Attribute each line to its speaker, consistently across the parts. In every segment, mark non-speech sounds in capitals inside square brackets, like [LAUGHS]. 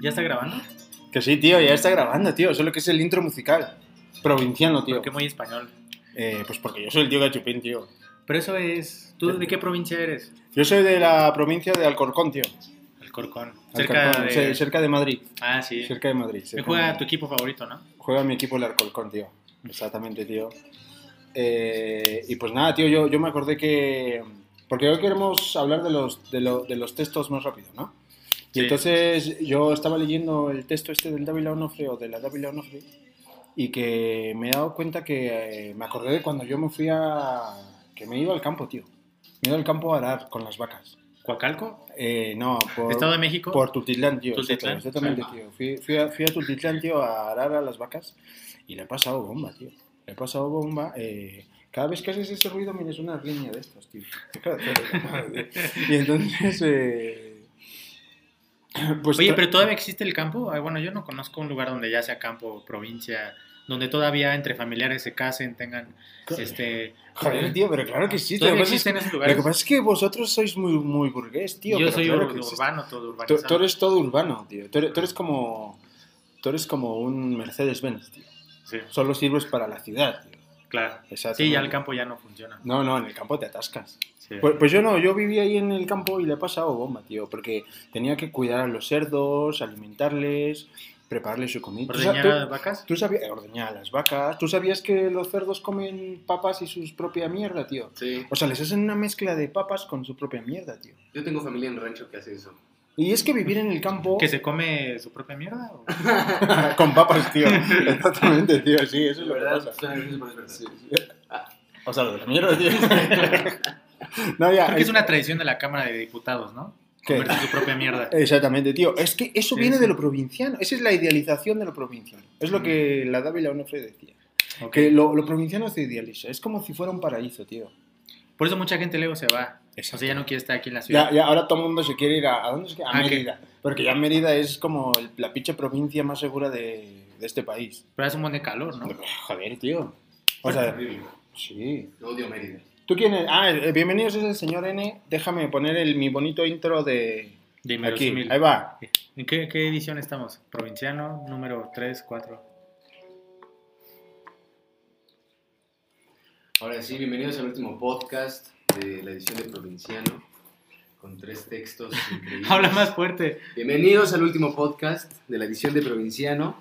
Speaker 1: ¿Ya está grabando?
Speaker 2: Que sí, tío, ya está grabando, tío. Solo que es el intro musical. Provinciano, tío.
Speaker 1: Porque muy español.
Speaker 2: Eh, pues porque yo soy el tío Gachupín, tío.
Speaker 1: Pero eso es. ¿Tú de qué provincia eres?
Speaker 2: Yo soy de la provincia de Alcorcón, tío.
Speaker 1: Alcorcón. Cerca
Speaker 2: Alcorcón,
Speaker 1: de.
Speaker 2: ce- cerca de Madrid.
Speaker 1: Ah, sí.
Speaker 2: Cerca de Madrid.
Speaker 1: Me
Speaker 2: cerca de
Speaker 1: juega
Speaker 2: Madrid.
Speaker 1: tu equipo favorito, ¿no?
Speaker 2: Juega mi equipo el Alcorcón, tío. Exactamente, tío. Eh, y pues nada, tío, yo, yo me acordé que... Porque hoy queremos hablar de los, de lo- de los textos más rápido, ¿no?
Speaker 1: Sí.
Speaker 2: Y entonces yo estaba leyendo el texto este del Dávila Onofre o de la Dávila Onofre y que me he dado cuenta que eh, me acordé de cuando yo me fui a... que me he ido al campo, tío. Me he ido al campo a arar con las vacas.
Speaker 1: ¿Cuacalco?
Speaker 2: Eh, no, por...
Speaker 1: ¿Estado de México?
Speaker 2: Por Tultitlán, tío.
Speaker 1: Tultitlán,
Speaker 2: Exactamente,
Speaker 1: sí.
Speaker 2: tío. Fui, fui a, fui a Tultitlán, tío, a arar a las vacas y le he pasado bomba, tío. Le he pasado bomba. eh, cada vez que haces ese ruido, me es una riña de estos, tío. [LAUGHS] y entonces. eh, pues
Speaker 1: Oye,
Speaker 2: tra-
Speaker 1: pero todavía existe el campo. Ah, bueno, yo no conozco un lugar donde ya sea campo, provincia, donde todavía entre familiares se casen, tengan. este
Speaker 2: Joder, tío, pero claro que sí. tío,
Speaker 1: Todavía
Speaker 2: Lo que pasa es que,
Speaker 1: existen esos
Speaker 2: lo que
Speaker 1: lugares.
Speaker 2: pasa es que vosotros sois muy, muy burgués, tío.
Speaker 1: yo
Speaker 2: pero
Speaker 1: soy
Speaker 2: claro
Speaker 1: ur-
Speaker 2: que existe.
Speaker 1: urbano, todo
Speaker 2: Tú,
Speaker 1: urbanizado.
Speaker 2: tú eres todo urbano, tío. Tú eres, tú eres como. Tú eres como un Mercedes-Benz, tío.
Speaker 1: Sí,
Speaker 2: Solo sirves para la ciudad, tío.
Speaker 1: claro.
Speaker 2: Exacto.
Speaker 1: Sí, ya el campo ya no funciona.
Speaker 2: No, no, en el campo te atascas.
Speaker 1: Sí.
Speaker 2: Pues, pues yo no, yo viví ahí en el campo y le he pasado bomba, tío, porque tenía que cuidar a los cerdos, alimentarles, prepararles su comida. ¿Tú,
Speaker 1: ¿Ordeñar
Speaker 2: sa- tú-
Speaker 1: vacas?
Speaker 2: tú sabías, eh, ordeñar a las vacas, ¿tú sabías que los cerdos comen papas y su propia mierda, tío?
Speaker 3: Sí,
Speaker 2: O sea, les hacen una mezcla de papas con su propia mierda, tío.
Speaker 3: yo tengo familia en rancho que hace eso.
Speaker 2: Y es que vivir en el campo...
Speaker 1: ¿Que se come su propia mierda? o?
Speaker 2: [LAUGHS] con
Speaker 1: [LAUGHS]
Speaker 2: papas, tío. Exactamente, tío, sí, eso es lo que pasa.
Speaker 3: O sea, eso es verdad.
Speaker 2: O sea, lo de la mierda, tío. [LAUGHS] no, ya...
Speaker 1: Creo que es
Speaker 2: es-
Speaker 1: una tradición de la Cámara de Diputados, ¿no?
Speaker 2: ¿Qué? Eh,
Speaker 1: Comerse su propia
Speaker 2: [LAUGHS]
Speaker 1: mierda.
Speaker 2: Exactamente, tío. Es que eso
Speaker 1: Sí,
Speaker 2: viene
Speaker 1: sí. Mm.
Speaker 2: de lo provinciano. Esa es la idealización de lo provinciano. Es lo que la Dávila Onofre decía.
Speaker 1: Ok.
Speaker 2: Que lo, lo provinciano se idealiza. Es como si fuera un paraíso, tío.
Speaker 1: Por eso mucha gente luego se va.
Speaker 2: Exacto.
Speaker 1: O sea, ya no quiere estar aquí en la ciudad.
Speaker 2: Ya, ya ahora todo el mundo se quiere ir a... ¿A dónde se quiere? A
Speaker 1: Ah, ¿qué?
Speaker 2: Mérida. Porque ya Mérida es como el- la pinche provincia más segura de, de este país.
Speaker 1: Pero hace un montón de calor, ¿no?
Speaker 2: Joder, tío. O sea,
Speaker 3: Horrible.
Speaker 2: sí.
Speaker 3: Odio Mérida.
Speaker 2: ¿Tú quién eres? Ah, eh, bienvenidos es el señor N. Déjame poner el, mi bonito intro de...
Speaker 1: De
Speaker 2: Aquí,
Speaker 1: Imerosímil.
Speaker 2: ahí va.
Speaker 1: ¿En qué, qué edición estamos? Provinciano, número 3, 4.
Speaker 3: Ahora sí, bienvenidos al último podcast de la edición de Provinciano, con tres textos
Speaker 1: [LAUGHS] [LAUGHS]
Speaker 3: increíbles.
Speaker 1: Habla más fuerte.
Speaker 3: Bienvenidos al último podcast de la edición de Provinciano,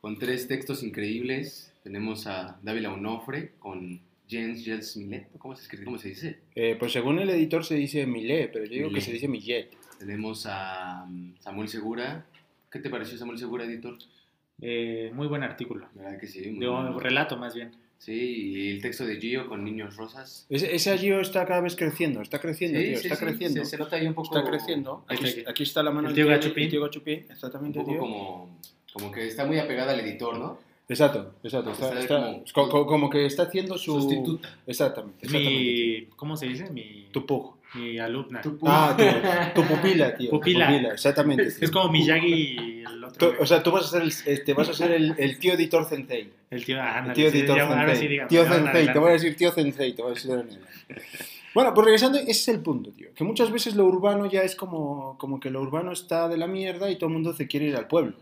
Speaker 3: con tres textos increíbles. Tenemos a Dávila Onofre con Jens Jels Millet. ¿Cómo se escribe? ¿Cómo se dice?
Speaker 2: Eh, pues según el editor se dice Millet, pero yo digo que
Speaker 3: Millet.
Speaker 2: se dice Millet.
Speaker 3: Tenemos a mm, Samuel Segura. ¿Qué te pareció Samuel Segura, editor?
Speaker 1: Eh, muy buen artículo.
Speaker 3: ¿Verdad que sí? Muy
Speaker 1: De
Speaker 3: bueno.
Speaker 2: Mm.
Speaker 1: un relato, más bien.
Speaker 3: Sí, y el texto de Gio con Niños Rosas.
Speaker 2: Ese, ese Agio está cada vez creciendo, está creciendo,
Speaker 3: Sí,
Speaker 2: tío,
Speaker 3: sí,
Speaker 2: está
Speaker 3: sí,
Speaker 2: creciendo.
Speaker 3: Se, se nota ahí un poco.
Speaker 2: Está creciendo.
Speaker 1: Ahí
Speaker 2: Aquí,
Speaker 1: está.
Speaker 2: aquí está la mano
Speaker 1: El
Speaker 2: del
Speaker 1: tío
Speaker 2: N-
Speaker 1: Gachupín.
Speaker 2: el tío Gachupín,
Speaker 3: Un
Speaker 2: exactamente,
Speaker 3: poco
Speaker 2: tío.
Speaker 3: como, como que está muy apegada al editor, ¿no?
Speaker 2: Exacto, exacto. Está,
Speaker 3: Está
Speaker 2: está-
Speaker 3: como-
Speaker 2: co- co- como, que está haciendo su...
Speaker 3: Sustituta.
Speaker 2: Exactamente, exactamente.
Speaker 1: Mi, ¿Cómo se dice? Mi,
Speaker 2: Tu pug.
Speaker 1: mi alumna.
Speaker 3: Tu pu-
Speaker 2: Ah,
Speaker 3: [LAUGHS]
Speaker 2: tío, tu pupila, tío. tu
Speaker 1: Pupila.
Speaker 2: exactamente. tío.
Speaker 1: Es como Miyagi y el otro.
Speaker 2: Tú-
Speaker 1: güey.
Speaker 2: o sea, tú vas a ser el, este, vas a ser el, el tío editor sensei.
Speaker 1: el tío, ah,
Speaker 2: El
Speaker 1: ándale,
Speaker 2: tío
Speaker 1: sí,
Speaker 2: editor
Speaker 1: ya, ahora sí,
Speaker 2: Sensei.
Speaker 1: dígame,
Speaker 2: tío
Speaker 1: ya, ahora
Speaker 2: Sensei, te voy a
Speaker 1: adelante.
Speaker 2: decir tío Sensei, te voy a decir de nada. Bueno, pues regresando, ese es el punto, tío. Que muchas veces lo urbano ya es como, como que lo urbano está de la mierda y todo el mundo se quiere ir al pueblo.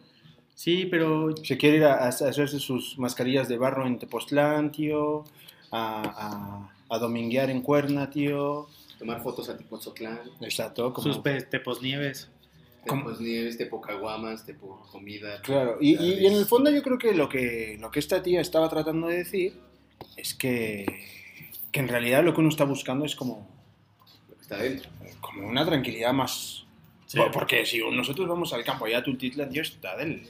Speaker 1: Sí, pero
Speaker 2: Se quiere ir a, a hacerse sus mascarillas de barro en Tepoztlán, tío. A, a, a dominguear en Cuerna, tío.
Speaker 3: Tomar fotos a Tipozotlán,
Speaker 2: Exacto, como...
Speaker 1: sus este, pe- teposnieves.
Speaker 2: ¿Cómo?
Speaker 3: Tepos Nieves, Tepocaguamas, Tepo Comida.
Speaker 2: Claro, y, y- y en el fondo yo creo que lo, que lo que esta tía estaba tratando de decir es que, que en realidad lo que uno está buscando es como
Speaker 3: Lo que está adentro.
Speaker 2: como una tranquilidad más.
Speaker 1: Sí.
Speaker 2: Por- Porque si nosotros vamos al campo allá a Tultitlán, tío, está del.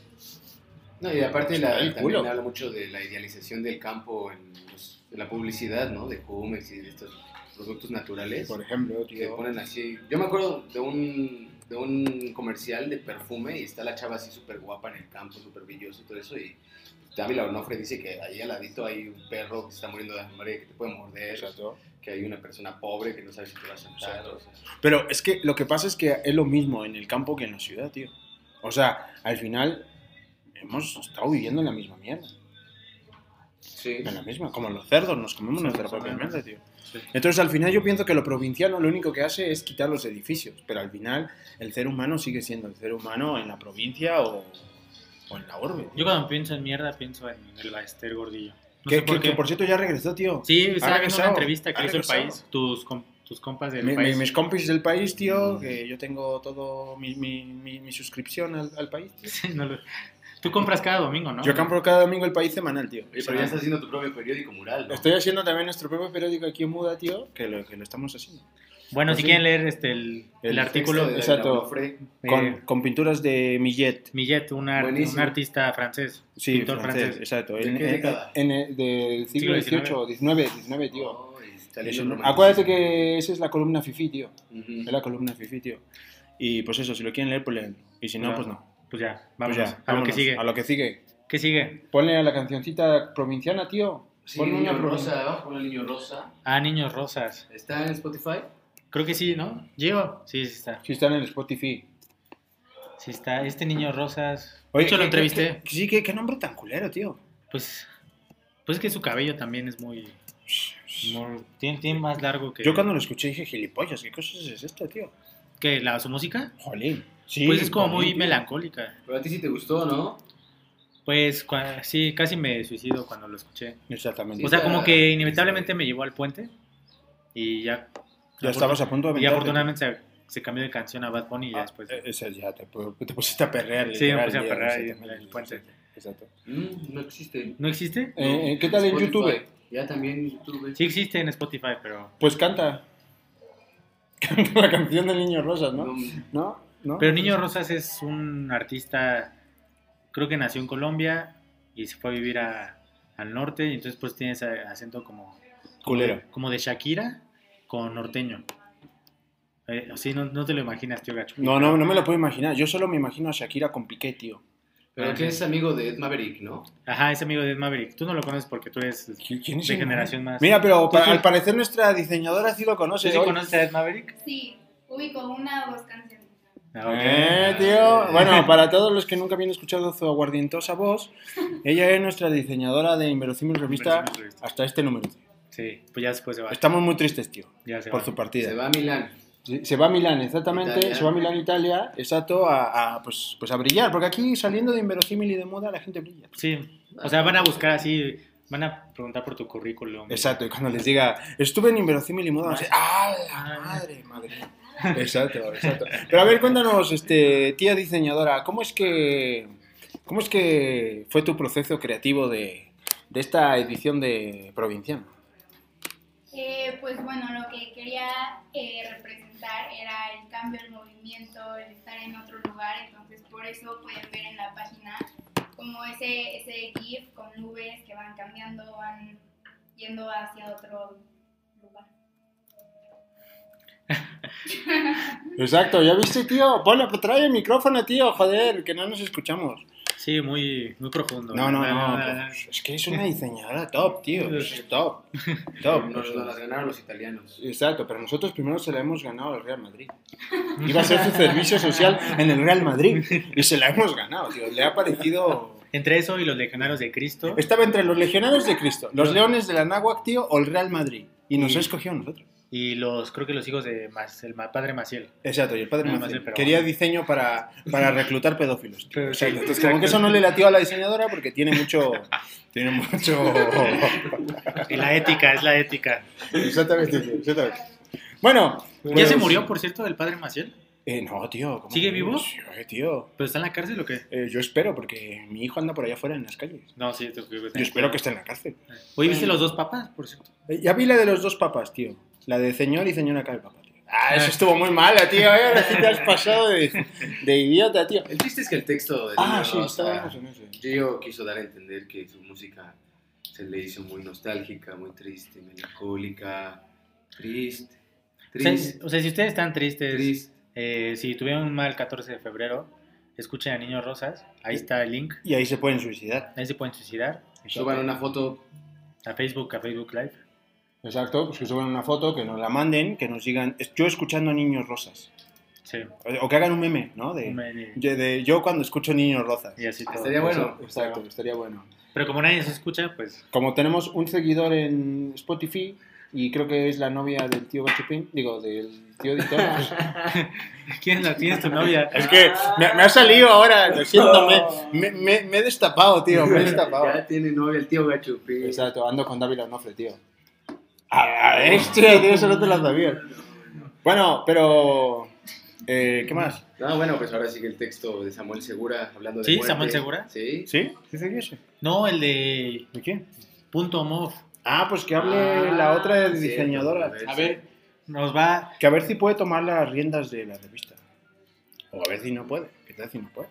Speaker 3: No, y aparte
Speaker 2: Está
Speaker 3: la,
Speaker 2: del
Speaker 3: también
Speaker 2: culo.
Speaker 3: habla mucho de la idealización del campo en, los- en la publicidad, ¿no? De Cumex y de estos productos naturales.
Speaker 2: Por ejemplo,
Speaker 3: que
Speaker 2: tío.
Speaker 3: ponen así. Yo me acuerdo de un, de un comercial de perfume y está la chava así súper guapa en el campo, súper brillosa y todo eso. Y Dávila Onofre dice que ahí al ladito hay un perro que se está muriendo de hambre, que te puede morder,
Speaker 2: Exacto.
Speaker 3: que hay una persona pobre que no sabe si te va a sentar.
Speaker 2: Exacto.
Speaker 3: o sea,
Speaker 2: Pero es que lo que pasa es que es lo mismo en el campo que en la ciudad, tío. O sea, al final hemos estado viviendo en la misma mierda.
Speaker 3: Sí.
Speaker 2: En la misma, como los cerdos, nos comemos nuestra propia
Speaker 1: sí.
Speaker 2: mierda, tío.
Speaker 1: Sí.
Speaker 2: Entonces, al final yo pienso que lo provinciano lo único que hace es quitar los edificios, pero al final el ser humano sigue siendo el ser humano en la provincia o, o en la orbe. tío.
Speaker 1: Yo cuando pienso en mierda, pienso en el Baester Gordillo. No
Speaker 2: que,
Speaker 1: sé por
Speaker 2: que- que,
Speaker 1: qué.
Speaker 2: por cierto ya regresó, tío.
Speaker 1: Sí, estaba viendo
Speaker 2: regresado,
Speaker 1: una entrevista
Speaker 2: ha
Speaker 1: que hizo el
Speaker 2: regresado.
Speaker 1: país, tus, com- tus compas del
Speaker 2: Mi- mi-
Speaker 1: país.
Speaker 2: mis compis del país, tío, que yo tengo todo mi, mi- mi- mi suscripción al, al país. tío.
Speaker 1: [LAUGHS] Sí, no lo- Tú compras cada domingo, ¿no?
Speaker 2: Yo compro cada domingo el país semanal, tío.
Speaker 3: Oye, pero ya estás haciendo tu propio periódico mural, ¿no?
Speaker 2: Estoy haciendo también nuestro propio periódico aquí en Muda, tío, que lo, que lo estamos haciendo.
Speaker 1: Bueno, si
Speaker 2: Sí.
Speaker 1: quieren leer este, el, el
Speaker 2: El
Speaker 1: artículo
Speaker 2: texto de-
Speaker 1: de
Speaker 2: exacto.
Speaker 3: Onofre.
Speaker 1: Eh,
Speaker 2: Con, con pinturas de Millet.
Speaker 1: Millet, un, ar- un
Speaker 3: Buenísimo.
Speaker 1: artista francés.
Speaker 2: Sí,
Speaker 1: pintor
Speaker 2: francés,
Speaker 1: francés.
Speaker 2: exacto.
Speaker 3: ¿De
Speaker 2: En-
Speaker 3: qué
Speaker 2: en-
Speaker 3: década?
Speaker 2: en el- del siglo
Speaker 1: Siglo
Speaker 2: XVIII, XIX, XIX, tío.
Speaker 1: Oh,
Speaker 3: Ay, Oh, está
Speaker 2: Eso,
Speaker 3: lindo,
Speaker 2: acuérdate
Speaker 3: romanticismo.
Speaker 2: que esa es la columna Fifi, tío. Es
Speaker 3: Ujú.
Speaker 2: la columna Fifi, tío. Y pues eso, si lo quieren leer, pues leen. Y si no,
Speaker 1: Claro.
Speaker 2: pues no.
Speaker 1: Pues ya,
Speaker 2: Pues
Speaker 1: vamos
Speaker 2: ya,
Speaker 1: a lo que
Speaker 2: vámonos,
Speaker 1: sigue.
Speaker 2: A lo que sigue.
Speaker 1: ¿Qué sigue?
Speaker 2: Ponle a la cancioncita provinciana, tío.
Speaker 3: Sí,
Speaker 2: Ponle
Speaker 3: Niño
Speaker 2: una pro-
Speaker 3: Rosa, vamos a poner Niño Rosa.
Speaker 1: Ah, Niños Rosas.
Speaker 3: ¿Está en Spotify?
Speaker 1: Creo que sí, ¿no? ¿Llego? Sí, sí está.
Speaker 2: Si están en el Spotify.
Speaker 1: Sí está. Este Niño Rosas...
Speaker 2: Oye,
Speaker 1: de hecho, lo
Speaker 2: ¿qué- qué-
Speaker 1: entrevisté.
Speaker 2: qué- Sí, qué, qué nombre tan culero, tío.
Speaker 1: Pues... Pues es que su cabello también es muy... muy- tiene, tiene más largo que...
Speaker 2: Yo cuando lo escuché dije, gilipollas, ¿qué cosas es esto, tío?
Speaker 1: ¿Qué? ¿La, ¿Su música?
Speaker 2: Jolín. Sí,
Speaker 1: pues es como
Speaker 2: jolín,
Speaker 1: muy
Speaker 2: tío.
Speaker 1: melancólica.
Speaker 3: Pero a ti sí te gustó, ¿no?
Speaker 1: Pues cua- sí, casi me suicido cuando lo escuché.
Speaker 2: Exactamente.
Speaker 1: O sea, como que
Speaker 3: está-
Speaker 1: inevitablemente me llevó al puente y ya...
Speaker 2: ya estabas a punto de
Speaker 1: Y
Speaker 2: aventarte.
Speaker 1: afortunadamente se, se cambió de canción a Bad Bunny y ya
Speaker 2: Ah,
Speaker 1: después...
Speaker 2: eh, esa ya te, pu- te pusiste a perrear.
Speaker 1: Sí, me
Speaker 2: literal,
Speaker 1: puse a
Speaker 2: ya,
Speaker 1: perrear ahí
Speaker 2: exactamente,
Speaker 1: en el puente.
Speaker 2: Exacto.
Speaker 3: Mm, no existe.
Speaker 1: ¿No existe?
Speaker 2: Eh, eh, ¿Qué tal en
Speaker 3: Spotify.
Speaker 2: YouTube?
Speaker 3: Ya también en YouTube.
Speaker 1: Sí existe en Spotify, pero...
Speaker 2: Pues canta. [LAUGHS] Canta la canción del Niño Rosas,
Speaker 3: No,
Speaker 2: ¿no? ¿No? ¿No?
Speaker 1: Pero Niño Rosas es un artista, creo que nació en Colombia y se fue a vivir a- al norte y entonces pues tiene ese acento como,
Speaker 2: Culero.
Speaker 1: como de Shakira con norteño. Eh, sí, no, no te lo imaginas, tío gacho.
Speaker 2: No, no, no me lo puedo imaginar. Yo solo me imagino a Shakira con Piqué, tío.
Speaker 1: Ah,
Speaker 3: Pero que es amigo de Ed Maverick, ¿no?
Speaker 1: Ajá, es amigo de Ed Maverick. Tú no lo conoces porque tú eres de
Speaker 2: ¿Quién ese
Speaker 1: generación más.
Speaker 2: Mira, pero pa-
Speaker 1: sí.
Speaker 2: al parecer nuestra diseñadora sí lo
Speaker 1: ¿Tú
Speaker 2: conoce. ¿eh?
Speaker 1: sí
Speaker 2: Oye,
Speaker 1: conoces a Ed Maverick?
Speaker 4: Sí, ubico una o dos canciones.
Speaker 1: Ah, ok.
Speaker 2: Eh,
Speaker 1: [LAUGHS]
Speaker 2: tío. Bueno, para todos los que nunca habían escuchado su aguardientosa voz, ella es nuestra diseñadora de Inverosímil Revista
Speaker 1: Inverosímil Revista.
Speaker 2: hasta este número. tío.
Speaker 1: Sí, pues ya después se va.
Speaker 2: Estamos muy tristes, tío,
Speaker 1: Ya se
Speaker 2: por
Speaker 1: va.
Speaker 2: su
Speaker 3: Se
Speaker 2: partida.
Speaker 3: va a Milán.
Speaker 2: Sí, Se va a Milán, exactamente.
Speaker 3: Italia.
Speaker 2: Se va a Milán, Italia, exacto, a, a, pues, pues a brillar. Porque aquí saliendo de Inverosímil y de moda, la gente brilla.
Speaker 1: Sí, o sea, van a buscar así, van a preguntar por tu currículum.
Speaker 2: Exacto, y cuando les diga, estuve en Inverosímil y Moda, van a decir, ¡ah, la madre, madre! Exacto, exacto. Pero a ver, cuéntanos, este, tía diseñadora, ¿cómo es que, cómo es que fue tu proceso creativo de, de esta edición de Provinciano?
Speaker 4: Eh, pues bueno, lo que quería eh, representar era el cambio, el movimiento, el estar en otro lugar, entonces por eso pueden ver en la página como ese, ese GIF con nubes que van cambiando, van yendo hacia otro lugar.
Speaker 2: Exacto, ¿ya viste, tío? Ponle, trae el micrófono, tío, joder, que no nos escuchamos.
Speaker 1: Sí, muy, muy profundo.
Speaker 2: No, no,
Speaker 1: Ah,
Speaker 2: no,
Speaker 1: ah,
Speaker 2: pero es que es una diseñadora top, tío, es top, top.
Speaker 3: Nos, nos las ganaron los italianos.
Speaker 2: Exacto, pero nosotros primero se la hemos ganado al Real Madrid. Iba a ser su servicio social en el Real Madrid y se la hemos ganado, tío. Le ha parecido...
Speaker 1: Entre eso y los legionarios de Cristo.
Speaker 2: Estaba entre los legionarios de Cristo, los leones de la Náhuac, tío, o el Real Madrid. Y nos ha escogido a nosotros.
Speaker 1: Y los, creo que los hijos de Mas- el ma- padre Maciel.
Speaker 2: Exacto, y el padre
Speaker 1: Nada más
Speaker 2: Maciel
Speaker 1: el pero-
Speaker 2: quería diseño para, para reclutar pedófilos. tío.
Speaker 1: Pero sí,
Speaker 2: Exacto. Entonces, como que eso no le latió a la diseñadora porque tiene mucho... Tiene mucho...
Speaker 1: [LAUGHS] Y la ética, es la ética.
Speaker 2: Exactamente, tío, exactamente. Bueno.
Speaker 1: ¿Ya
Speaker 2: pues-
Speaker 1: se murió, por cierto, el padre Maciel?
Speaker 2: Eh, no, tío. ¿cómo
Speaker 1: ¿Sigue
Speaker 2: que-
Speaker 1: vivo?
Speaker 2: Sí, tío.
Speaker 1: ¿Pero está en la cárcel o qué?
Speaker 2: Eh, yo espero, porque mi hijo anda por allá afuera en las calles.
Speaker 1: No, sí, tengo que-
Speaker 2: Yo espero que esté en la cárcel.
Speaker 1: Oye, ¿viste los dos papas, por cierto?
Speaker 2: Eh, Ya vi la de los dos papas, tío. La de señor y señora acá el papa, tío. Ah, eso estuvo muy mala, tío. eh, Ahora sí te has pasado de, de idiota, tío.
Speaker 3: El triste es que el texto de
Speaker 2: Ah,
Speaker 3: Niño
Speaker 2: sí,
Speaker 3: Rosa,
Speaker 2: estábamos en ese.
Speaker 3: Gio quiso dar a entender que su música se le hizo muy nostálgica, muy triste, melancólica, triste,
Speaker 1: O sea,
Speaker 3: triste,
Speaker 1: o sea, si ustedes están tristes,
Speaker 3: triste.
Speaker 1: eh, si tuvieron un mal 14 de febrero, escuchen a Niños Rosas. Ahí está el link.
Speaker 2: Y ahí se pueden suicidar.
Speaker 1: Ahí se pueden suicidar.
Speaker 3: Suban una foto
Speaker 1: A Facebook, a Facebook Live.
Speaker 2: Exacto, pues que suban una foto, que nos la manden, que nos digan, "Es- yo escuchando Niños Rosas.
Speaker 1: Sí.
Speaker 2: O- O que hagan un meme, ¿no? De,
Speaker 1: Me-
Speaker 2: de- de yo cuando escucho Niños Rosas.
Speaker 1: Y así todo.
Speaker 3: Ah, Estaría bueno.
Speaker 2: Exacto, estaría bueno.
Speaker 1: Pero como nadie se escucha, pues [LAUGHS]
Speaker 2: Como tenemos un seguidor en Spotify y creo que es la novia del tío Gachupín, digo, del tío editor. pues,
Speaker 1: ¿quién la tienes tu novia?
Speaker 2: es que me, me ha salido ahora, lo siento, me, me- me- me he destapado, tío, me he destapado.
Speaker 5: Ya tiene novia el tío Gachupín.
Speaker 2: Exacto, ando con David Onofre, tío. Ah, este, tío, eso no te lo sabía. Bueno, pero... eh, ¿Qué más?
Speaker 3: No, bueno, pues ahora sigue el texto de Samuel Segura hablando de
Speaker 1: ¿Sí?
Speaker 3: muerte.
Speaker 1: ¿Samuel Segura?
Speaker 3: Sí.
Speaker 2: ¿Sí? ¿Sí seguí ese?
Speaker 1: No, el de
Speaker 2: ¿De quién?
Speaker 1: punto mov.
Speaker 2: Ah, pues que hable la otra de diseñadora.
Speaker 3: cierto,
Speaker 2: a ver,
Speaker 1: Nos va.
Speaker 2: que a ver si puede tomar las riendas de la revista. O a ver si no puede. ¿Qué tal si no puede?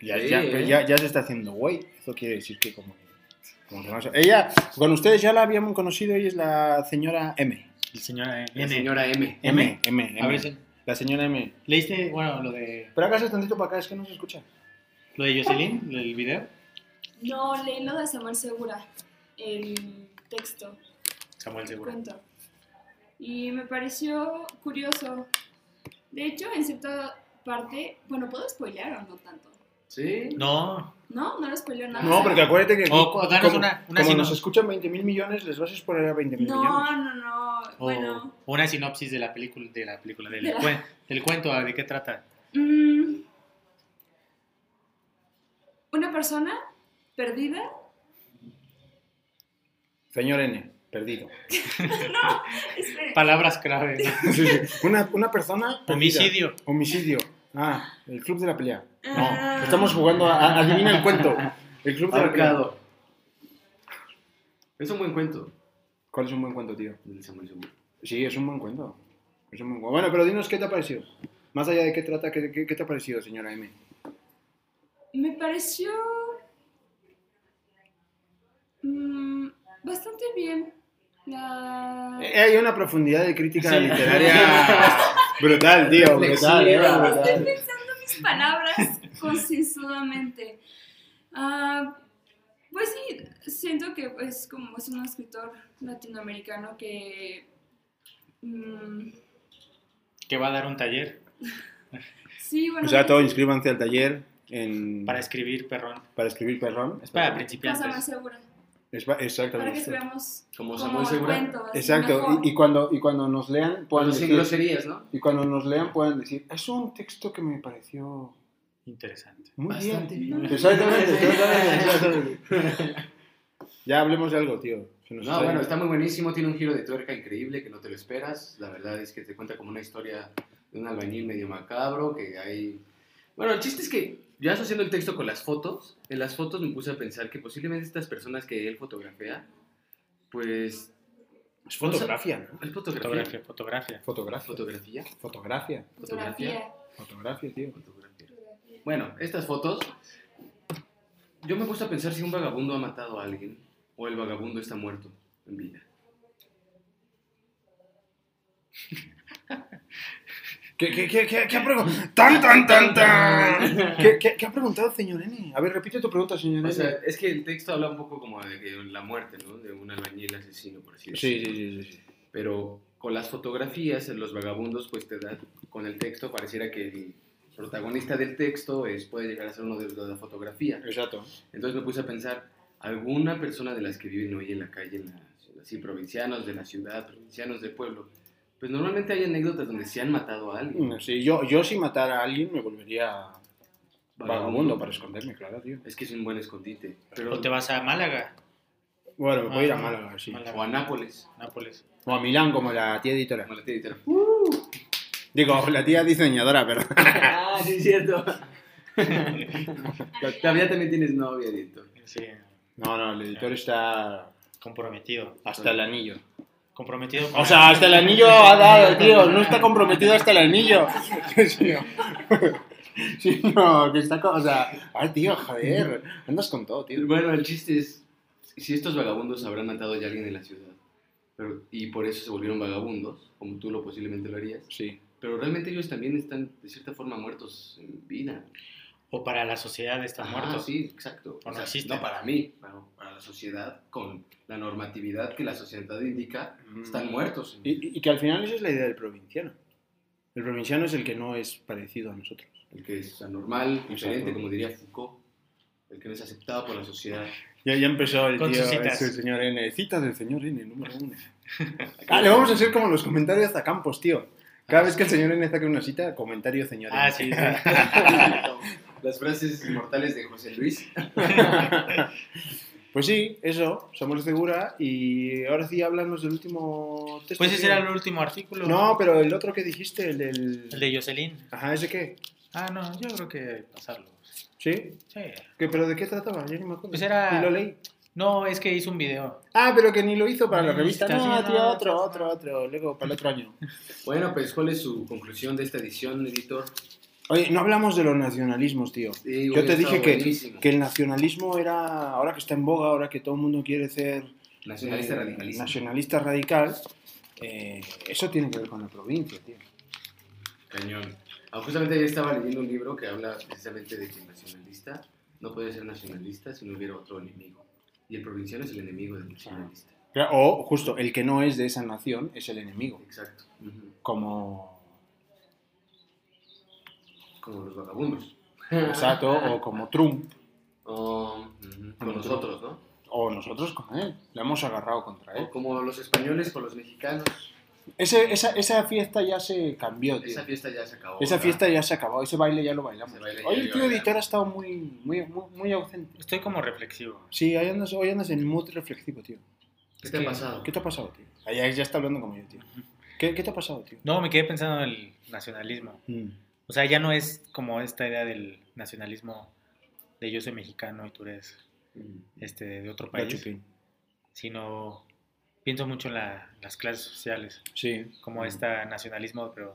Speaker 2: Ya,
Speaker 3: Sí,
Speaker 2: ya,
Speaker 3: ¿eh?
Speaker 2: pero ya- ya se está haciendo güey. Eso quiere decir que como, como que no se- Ella, con ustedes ya la habíamos conocido, ella es la señora M.
Speaker 1: El señor. eh,
Speaker 3: La
Speaker 1: N.
Speaker 3: señora M.
Speaker 2: M, M, M.
Speaker 1: A ver, se-
Speaker 2: La señora M.
Speaker 1: ¿leíste, bueno, lo de,
Speaker 2: Pero hágase tantito para acá, es que no se escucha.
Speaker 1: lo de Jocelyn, el video?
Speaker 6: No, leí lo de Samuel Segura, el texto,
Speaker 1: Samuel
Speaker 6: el
Speaker 1: Segura.
Speaker 6: cuento. Y me pareció curioso. De hecho, en cierta parte, bueno, ¿puedo spoilear o no tanto?
Speaker 3: Sí.
Speaker 1: No.
Speaker 6: No, no lo spoileo nada.
Speaker 2: No, porque acuérdate que
Speaker 1: O o danos
Speaker 2: como,
Speaker 1: una, una,
Speaker 2: como nos
Speaker 1: sinopsis,
Speaker 2: escuchan 20 mil millones, les vas a exponer a 20 mil millones.
Speaker 6: No, no, no.
Speaker 1: o-
Speaker 2: Oh.
Speaker 6: Bueno,
Speaker 1: o una sinopsis de la película, de la película, del,
Speaker 6: De la-
Speaker 1: cuen- del cuento, ¿de qué trata?
Speaker 6: mm, una persona perdida.
Speaker 2: Señor N, perdido. [LAUGHS]
Speaker 6: Espere.
Speaker 1: Palabras clave. ¿no?
Speaker 2: Sí, sí. Una, una persona. perdida.
Speaker 1: Homicidio.
Speaker 2: Homicidio. Ah, el club de la pelea.
Speaker 6: Ah.
Speaker 2: No, estamos jugando a, a- adivina el cuento. El club de la pelea.
Speaker 3: Ahorcado. Es un buen cuento.
Speaker 2: ¿Cuál es un buen cuento, tío?
Speaker 3: el de Samuel Segura.
Speaker 2: Sí, es un buen cuento. Es un buen cu- Bueno, pero dinos qué te ha parecido. Más allá de qué trata, qué, qué- qué te ha parecido, señora M.
Speaker 6: Me pareció mm, bastante bien la...
Speaker 2: Eh, Hay una profundidad de crítica
Speaker 1: Sí.
Speaker 2: literaria brutal, tío. Brutal, eh,
Speaker 3: Reflexiva.
Speaker 6: Estoy
Speaker 2: brutal.
Speaker 6: pensando mis palabras concienzudamente. Ah, pues sí, siento que es como es un escritor latinoamericano que mm,
Speaker 1: Que va a dar un taller
Speaker 6: sí, bueno,
Speaker 2: O sea, todos inscríbanse al taller en,
Speaker 1: para
Speaker 2: para,
Speaker 1: escribir, perrón.
Speaker 2: escribir perrón.
Speaker 1: Es para
Speaker 6: cosa más
Speaker 1: principiantes.
Speaker 6: segura
Speaker 2: Es pa-
Speaker 6: para que
Speaker 2: exactamente.
Speaker 6: escribamos
Speaker 3: Como
Speaker 6: como
Speaker 3: Samuel
Speaker 6: el
Speaker 3: Segura.
Speaker 6: cuento. así,
Speaker 2: Exacto.
Speaker 6: mejor.
Speaker 2: Y, y cuando, y cuando nos lean, puedan
Speaker 3: Cuando sin
Speaker 2: decir,
Speaker 3: groserías, ¿no?
Speaker 2: Y cuando nos lean pueden decir, es un texto que me pareció
Speaker 1: Interesante.
Speaker 2: muy
Speaker 3: Bastante
Speaker 2: bien.
Speaker 3: bien".
Speaker 2: Exactamente, exactamente,
Speaker 3: [LAUGHS]
Speaker 2: exactamente. Ya hablemos de algo, tío. Se nos
Speaker 3: No,
Speaker 2: está
Speaker 3: bueno,
Speaker 2: yendo.
Speaker 3: está muy buenísimo, tiene un giro de tuerca increíble que no te lo esperas. La verdad es que te cuenta como una historia de un albañil medio macabro, que hay... Bueno, el chiste es que yo asociando el texto con las fotos, en las fotos me puse a pensar que posiblemente estas personas que él fotografea, pues...
Speaker 2: Es fotografía, ¿no?
Speaker 3: ¿Es
Speaker 1: Fotografía,
Speaker 3: fotografía?
Speaker 1: fotografía.
Speaker 2: Fotografía.
Speaker 3: ¿Fotografía?
Speaker 2: Fotografía.
Speaker 6: fotografía.
Speaker 2: Fotografía, tío.
Speaker 3: Fotografía. Bueno, estas fotos. Yo me he puesto a pensar si un vagabundo ha matado a alguien o el vagabundo está muerto en vida.
Speaker 2: ¿Qué, qué, qué, qué, qué ha preguntado? ¡Tan, tan, tan, tan! ¿Qué, qué, qué ha preguntado, señor N? A ver, repite tu pregunta, señor N.
Speaker 3: O sea, es que el texto habla un poco como de que la muerte, ¿no? De un albañil asesino, por así
Speaker 2: sí, sí,
Speaker 3: decirlo.
Speaker 2: sí, sí, sí.
Speaker 3: Pero con las fotografías, en los vagabundos, pues te da, con el texto pareciera que el protagonista del texto es, puede llegar a ser uno de los de la fotografía.
Speaker 2: Exacto.
Speaker 3: Entonces me puse a pensar, alguna persona de las que viven hoy en la calle, en la ciudad, sí, provincianos de la ciudad, provincianos del pueblo, pues normalmente hay anécdotas donde se han matado a alguien.
Speaker 2: Mm, Sí, yo, yo si matara a alguien me volvería vagabundo para esconderme, claro, tío.
Speaker 3: Es que es un buen escondite. Pero,
Speaker 1: O te vas a Málaga.
Speaker 2: Bueno, me voy a ir a
Speaker 1: Ah,
Speaker 2: Málaga, sí.
Speaker 1: Málaga,
Speaker 3: o a Nápoles,
Speaker 1: Nápoles.
Speaker 2: O a Milán, como la tía editora.
Speaker 3: como la tía
Speaker 2: [LAUGHS]
Speaker 3: editora.
Speaker 2: Digo, la tía diseñadora, pero. [LAUGHS]
Speaker 3: ah, sí, es cierto. Todavía también tienes novia, editor.
Speaker 1: Sí,
Speaker 2: No, no, el editor está
Speaker 1: comprometido.
Speaker 2: hasta el anillo.
Speaker 1: Comprometido con
Speaker 2: O sea, hasta el anillo ha dado, tío. No está comprometido hasta el anillo. [LAUGHS] Sí, no. [LAUGHS] Sí, no, que está. co- O sea, ay, tío, joder. Andas con todo, tío.
Speaker 3: Bueno, el chiste es, si estos vagabundos habrán matado ya a alguien en la ciudad, pero- y por eso se volvieron vagabundos, como tú lo posiblemente lo harías,
Speaker 2: Sí.
Speaker 3: pero realmente ellos también están de cierta forma muertos en vida.
Speaker 1: O para la sociedad
Speaker 2: Ah,
Speaker 1: están
Speaker 3: Ajá,
Speaker 1: muertos.
Speaker 3: Sí, exacto.
Speaker 1: O no existen.
Speaker 3: no para mí, pero para la sociedad, con la normatividad que la sociedad indica,
Speaker 1: Mm.
Speaker 3: están muertos. en vida.
Speaker 2: Y, y que al final esa es la idea del provinciano. El provinciano es el que no es parecido a nosotros.
Speaker 3: El que es anormal, diferente,
Speaker 2: Exacto.
Speaker 3: como diría Foucault. el que no es aceptado por la sociedad.
Speaker 2: Ya, ya empezó el
Speaker 1: Con
Speaker 2: tío,
Speaker 1: sus citas.
Speaker 2: el señor N. Citas del señor N, número uno. [LAUGHS] Ah, le vamos a hacer como los comentarios a Campos, tío. Cada
Speaker 3: [LAUGHS]
Speaker 2: vez que el señor N saca una cita, comentario señor N.
Speaker 1: Ah, sí, sí.
Speaker 3: Las frases inmortales de José Luis.
Speaker 2: Pues sí, eso, somos segura. Y ahora sí, háblanos del último texto.
Speaker 1: Pues ese
Speaker 2: tío.
Speaker 1: era el último artículo.
Speaker 2: No, pero el otro que dijiste, el del.
Speaker 1: El de Jocelyn.
Speaker 2: Ajá, ¿ese qué?
Speaker 1: Ah, no, yo creo que pasarlo.
Speaker 2: ¿Sí?
Speaker 1: Sí.
Speaker 2: ¿Qué, ¿Pero de qué trataba? Yo ni me acuerdo.
Speaker 1: Pues era-
Speaker 2: Ni lo leí.
Speaker 1: No, es que hizo un video.
Speaker 2: Ah, pero que ni lo hizo para la revista.
Speaker 1: Está
Speaker 2: No,
Speaker 1: haciendo
Speaker 2: tío,
Speaker 1: nada,
Speaker 2: otro,
Speaker 1: está
Speaker 2: otro, otro. Luego, para el otro año.
Speaker 3: Bueno, pues, ¿cuál es su conclusión de esta edición, editor?
Speaker 2: [LAUGHS] Oye, no hablamos de los nacionalismos, tío.
Speaker 3: Sí,
Speaker 2: Yo
Speaker 3: hubiera
Speaker 2: te dije
Speaker 3: estado
Speaker 2: que,
Speaker 3: buenísimo.
Speaker 2: que el nacionalismo era, ahora que está en boga, ahora que todo el mundo quiere ser
Speaker 3: Nacionalista
Speaker 2: eh,
Speaker 3: radicalista.
Speaker 2: nacionalista radical, eh, eso tiene que ver con la provincia, tío.
Speaker 3: Cañón. Ah, justamente ayer estaba leyendo un libro que habla precisamente de que el nacionalista no puede ser nacionalista si no hubiera otro enemigo. Y el provinciano es el enemigo del nacionalista.
Speaker 2: Claro, O justo, el que no es de esa nación es el enemigo,
Speaker 3: Exacto. Ujú.
Speaker 2: como
Speaker 3: Como los vagabundos. [LAUGHS]
Speaker 2: Sato o como Trump,
Speaker 3: O, Oh, ujú, con nosotros, ¿no?
Speaker 2: o nosotros ¿eh? con él, le hemos agarrado contra él.
Speaker 3: O como los españoles con los mexicanos.
Speaker 2: Ese- esa, esa fiesta ya se cambió, tío.
Speaker 3: Esa fiesta ya se acabó.
Speaker 2: Esa
Speaker 3: ¿verdad?
Speaker 2: fiesta ya se acabó, ese baile ya lo bailamos.
Speaker 3: Ese baile ya
Speaker 2: Hoy el
Speaker 3: lo
Speaker 2: tío
Speaker 3: bailamos.
Speaker 2: editor ha estado muy, muy, muy, muy ausente.
Speaker 1: Estoy como reflexivo.
Speaker 2: Sí, hoy andas, hoy andas en mood reflexivo, tío.
Speaker 3: ¿Qué te ha pasado?
Speaker 2: ¿Qué te ha pasado, tío? Ah, Ya, ya está hablando como yo, tío. ¿Qué, qué te ha pasado, tío?
Speaker 1: No, me quedé pensando en el nacionalismo.
Speaker 2: Mm.
Speaker 1: O sea, ya no es como esta idea del nacionalismo de yo soy mexicano y tú eres
Speaker 3: Mm.
Speaker 1: este, de otro
Speaker 2: Lo
Speaker 1: país,
Speaker 2: chupín.
Speaker 1: sino pienso mucho en la- las clases sociales,
Speaker 2: Sí.
Speaker 1: como este nacionalismo, pero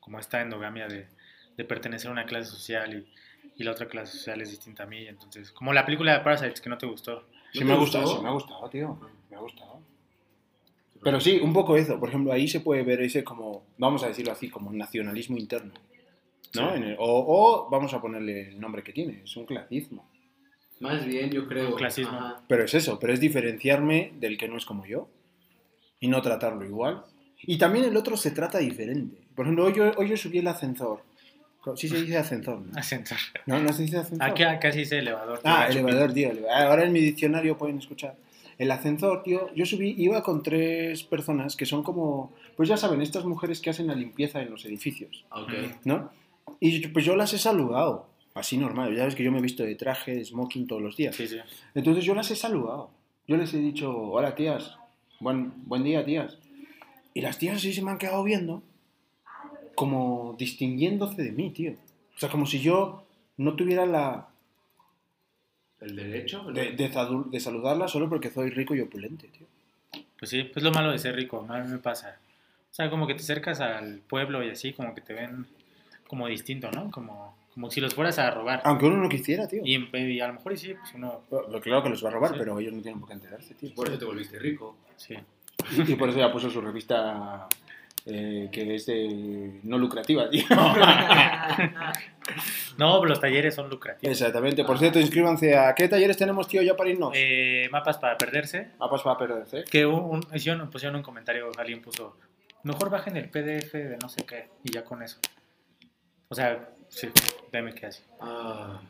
Speaker 1: como esta endogamia de, de pertenecer a una clase social y, y la otra clase social es distinta a mí. Entonces, como la película de Parasites que no te gustó. [LAUGHS]
Speaker 2: Sí
Speaker 3: ¿No
Speaker 2: me
Speaker 3: te
Speaker 2: ha gustado,
Speaker 3: gustó?
Speaker 2: sí me ha gustado, tío. Me ha gustado. Pero sí, un poco eso. Por ejemplo, ahí se puede ver ese como, vamos a decirlo así, como nacionalismo interno. ¿no?
Speaker 1: Sí.
Speaker 2: En el- o, o vamos a ponerle el nombre que tiene, es un clasismo.
Speaker 3: Más bien, yo creo.
Speaker 1: Un clasismo.
Speaker 3: Ajá.
Speaker 2: Pero es eso, pero es diferenciarme del que no es como yo y no tratarlo igual. Y también el otro se trata diferente. Por ejemplo, hoy yo, hoy yo subí el ascensor. Sí se dice ascensor, ¿no?
Speaker 1: Ascensor.
Speaker 2: No, no se dice ascensor.
Speaker 1: Aquí casi dice elevador.
Speaker 2: Ah,
Speaker 1: Chupín.
Speaker 2: elevador, tío. eleva- Ahora en mi diccionario pueden escuchar. El ascensor, tío. Yo subí, iba con tres personas que son como, pues ya saben, estas mujeres que hacen la limpieza en los edificios,
Speaker 3: Ah, Ok.
Speaker 1: Mm.
Speaker 2: ¿no? Y yo- pues yo las he saludado, así normal. Ya ves que yo me he visto de traje, de smoking todos los días.
Speaker 1: Sí, sí.
Speaker 2: Entonces yo las he saludado. Yo les he dicho, hola tías, buen, buen día tías. Y las tías sí se me han quedado viendo, como distinguiéndose de mí, tío. O sea, como si yo no tuviera la
Speaker 3: ¿El derecho? ¿no?
Speaker 2: de, de sadu- de saludarla solo porque soy rico y opulente, tío.
Speaker 1: Pues sí, pues lo malo de ser rico, a mí me pasa. O sea, como que te acercas al pueblo y así, como que te ven como distinto, ¿no? Como, como si los fueras a robar.
Speaker 2: Aunque uno no quisiera, tío.
Speaker 1: Y, en- y a lo mejor y sí, pues uno,
Speaker 2: Pero claro que los va a robar,
Speaker 1: Sí.
Speaker 2: pero ellos no tienen por qué enterarse, tío.
Speaker 3: Por eso te volviste rico.
Speaker 1: sí.
Speaker 2: Y, y por eso ya puso su revista eh, que es de no lucrativa,
Speaker 1: [LAUGHS]
Speaker 2: tío.
Speaker 1: No, pero los talleres son lucrativos.
Speaker 2: Exactamente. Por cierto, inscríbanse a... ¿Qué talleres tenemos, tío, ya para irnos?
Speaker 1: Eh, mapas para perderse.
Speaker 2: Ah, pues va a perderse.
Speaker 1: Que un, un- hicieron- pusieron un comentario, alguien puso, mejor bajen el PDF de no sé qué, y ya con eso. O sea, sí, deme qué hace.
Speaker 3: Ah.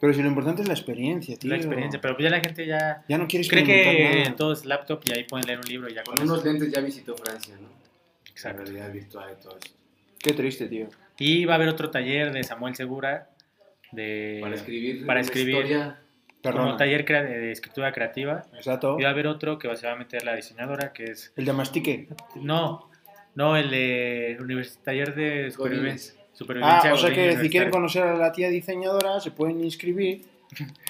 Speaker 2: Pero si lo importante es la experiencia, tío.
Speaker 1: La experiencia, pero ya la gente ya
Speaker 2: Ya no quieres
Speaker 1: cree que
Speaker 2: experimentar nada.
Speaker 1: todo es laptop y ahí pueden leer un libro y ya con
Speaker 3: Con unos
Speaker 1: eso.
Speaker 3: lentes ya visitó Francia, ¿no? La
Speaker 1: Exacto.
Speaker 3: realidad virtual y todo eso.
Speaker 2: Qué triste, tío.
Speaker 1: Y va a haber otro taller de Samuel Segura de
Speaker 3: Para escribir.
Speaker 1: Eh, para
Speaker 3: una
Speaker 1: escribir.
Speaker 3: historia.
Speaker 1: como
Speaker 2: Perdón.
Speaker 1: taller crea- de escritura creativa.
Speaker 2: Exacto.
Speaker 1: Y va a haber otro que va- se va a meter la diseñadora, que es
Speaker 2: El de mastique.
Speaker 1: no, no el de univers- taller de supervivencia.
Speaker 2: Ah,
Speaker 1: supervivencia
Speaker 2: o sea
Speaker 1: Godín
Speaker 2: que si quieren
Speaker 1: universitario.
Speaker 2: conocer a la tía diseñadora, se pueden inscribir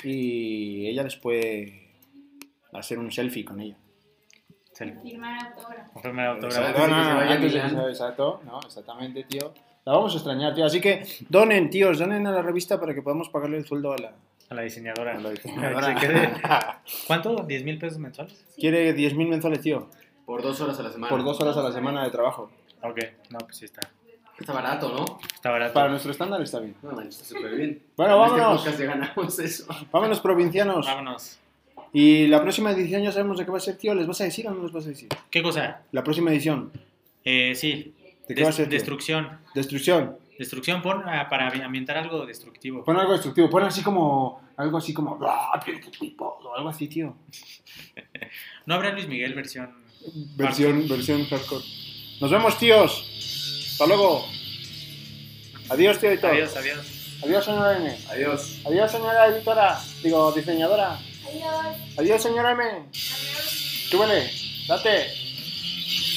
Speaker 2: y ella les puede hacer un selfie con ella.
Speaker 1: Sale.
Speaker 4: Firmar autógrafo.
Speaker 1: Un primer autógrafo.
Speaker 3: Exacto. antes de que se vaya a
Speaker 2: antes de que
Speaker 3: Milán.
Speaker 2: se vaya, exacto, no, exactamente, tío. La vamos a extrañar, tío. Así que donen, tíos, donen a la revista para que podamos pagarle el sueldo a la,
Speaker 1: a la diseñadora. [LAUGHS]
Speaker 2: a la
Speaker 1: Que se quede-
Speaker 2: diseñadora.
Speaker 1: ¿Cuánto? ¿10 mil pesos mensuales?
Speaker 2: [LAUGHS] Quiere 10.000 mensuales, tío,
Speaker 3: Por dos horas a la semana.
Speaker 2: por dos horas a la semana de trabajo.
Speaker 1: Ok, no, pues sí está.
Speaker 3: Está barato, ¿no?
Speaker 1: Está barato.
Speaker 2: Para nuestro estándar está bien.
Speaker 3: No, [LAUGHS] man, está súper bien.
Speaker 2: Bueno,
Speaker 3: En este
Speaker 2: vámonos.
Speaker 3: podcast ya ganamos eso.
Speaker 2: Vámonos, provincianos.
Speaker 1: Vámonos.
Speaker 2: Y la próxima edición ya sabemos de qué va a ser, tío. ¿Les vas a decir o no les vas a decir?
Speaker 1: ¿Qué cosa?
Speaker 2: La próxima edición.
Speaker 1: Eh, sí.
Speaker 2: ¿De qué va a ser, tío?
Speaker 1: Destrucción.
Speaker 2: Destrucción.
Speaker 1: Destrucción pon, ah, para ambientar algo destructivo.
Speaker 2: Pon algo destructivo, pon así como. Algo así como. "Bla, pero qué tipo", O algo así, tío.
Speaker 1: No habrá Luis Miguel versión.
Speaker 2: Versión, versión hardcore. Nos vemos, tíos. Hasta luego. Adiós, tío editor.
Speaker 1: Adiós, adiós.
Speaker 2: Adiós, señora M.
Speaker 3: Adiós.
Speaker 2: Adiós, señora editora. Digo, diseñadora.
Speaker 4: Adiós.
Speaker 2: Adiós, señora M.
Speaker 4: Adiós.
Speaker 2: Súbele. Date.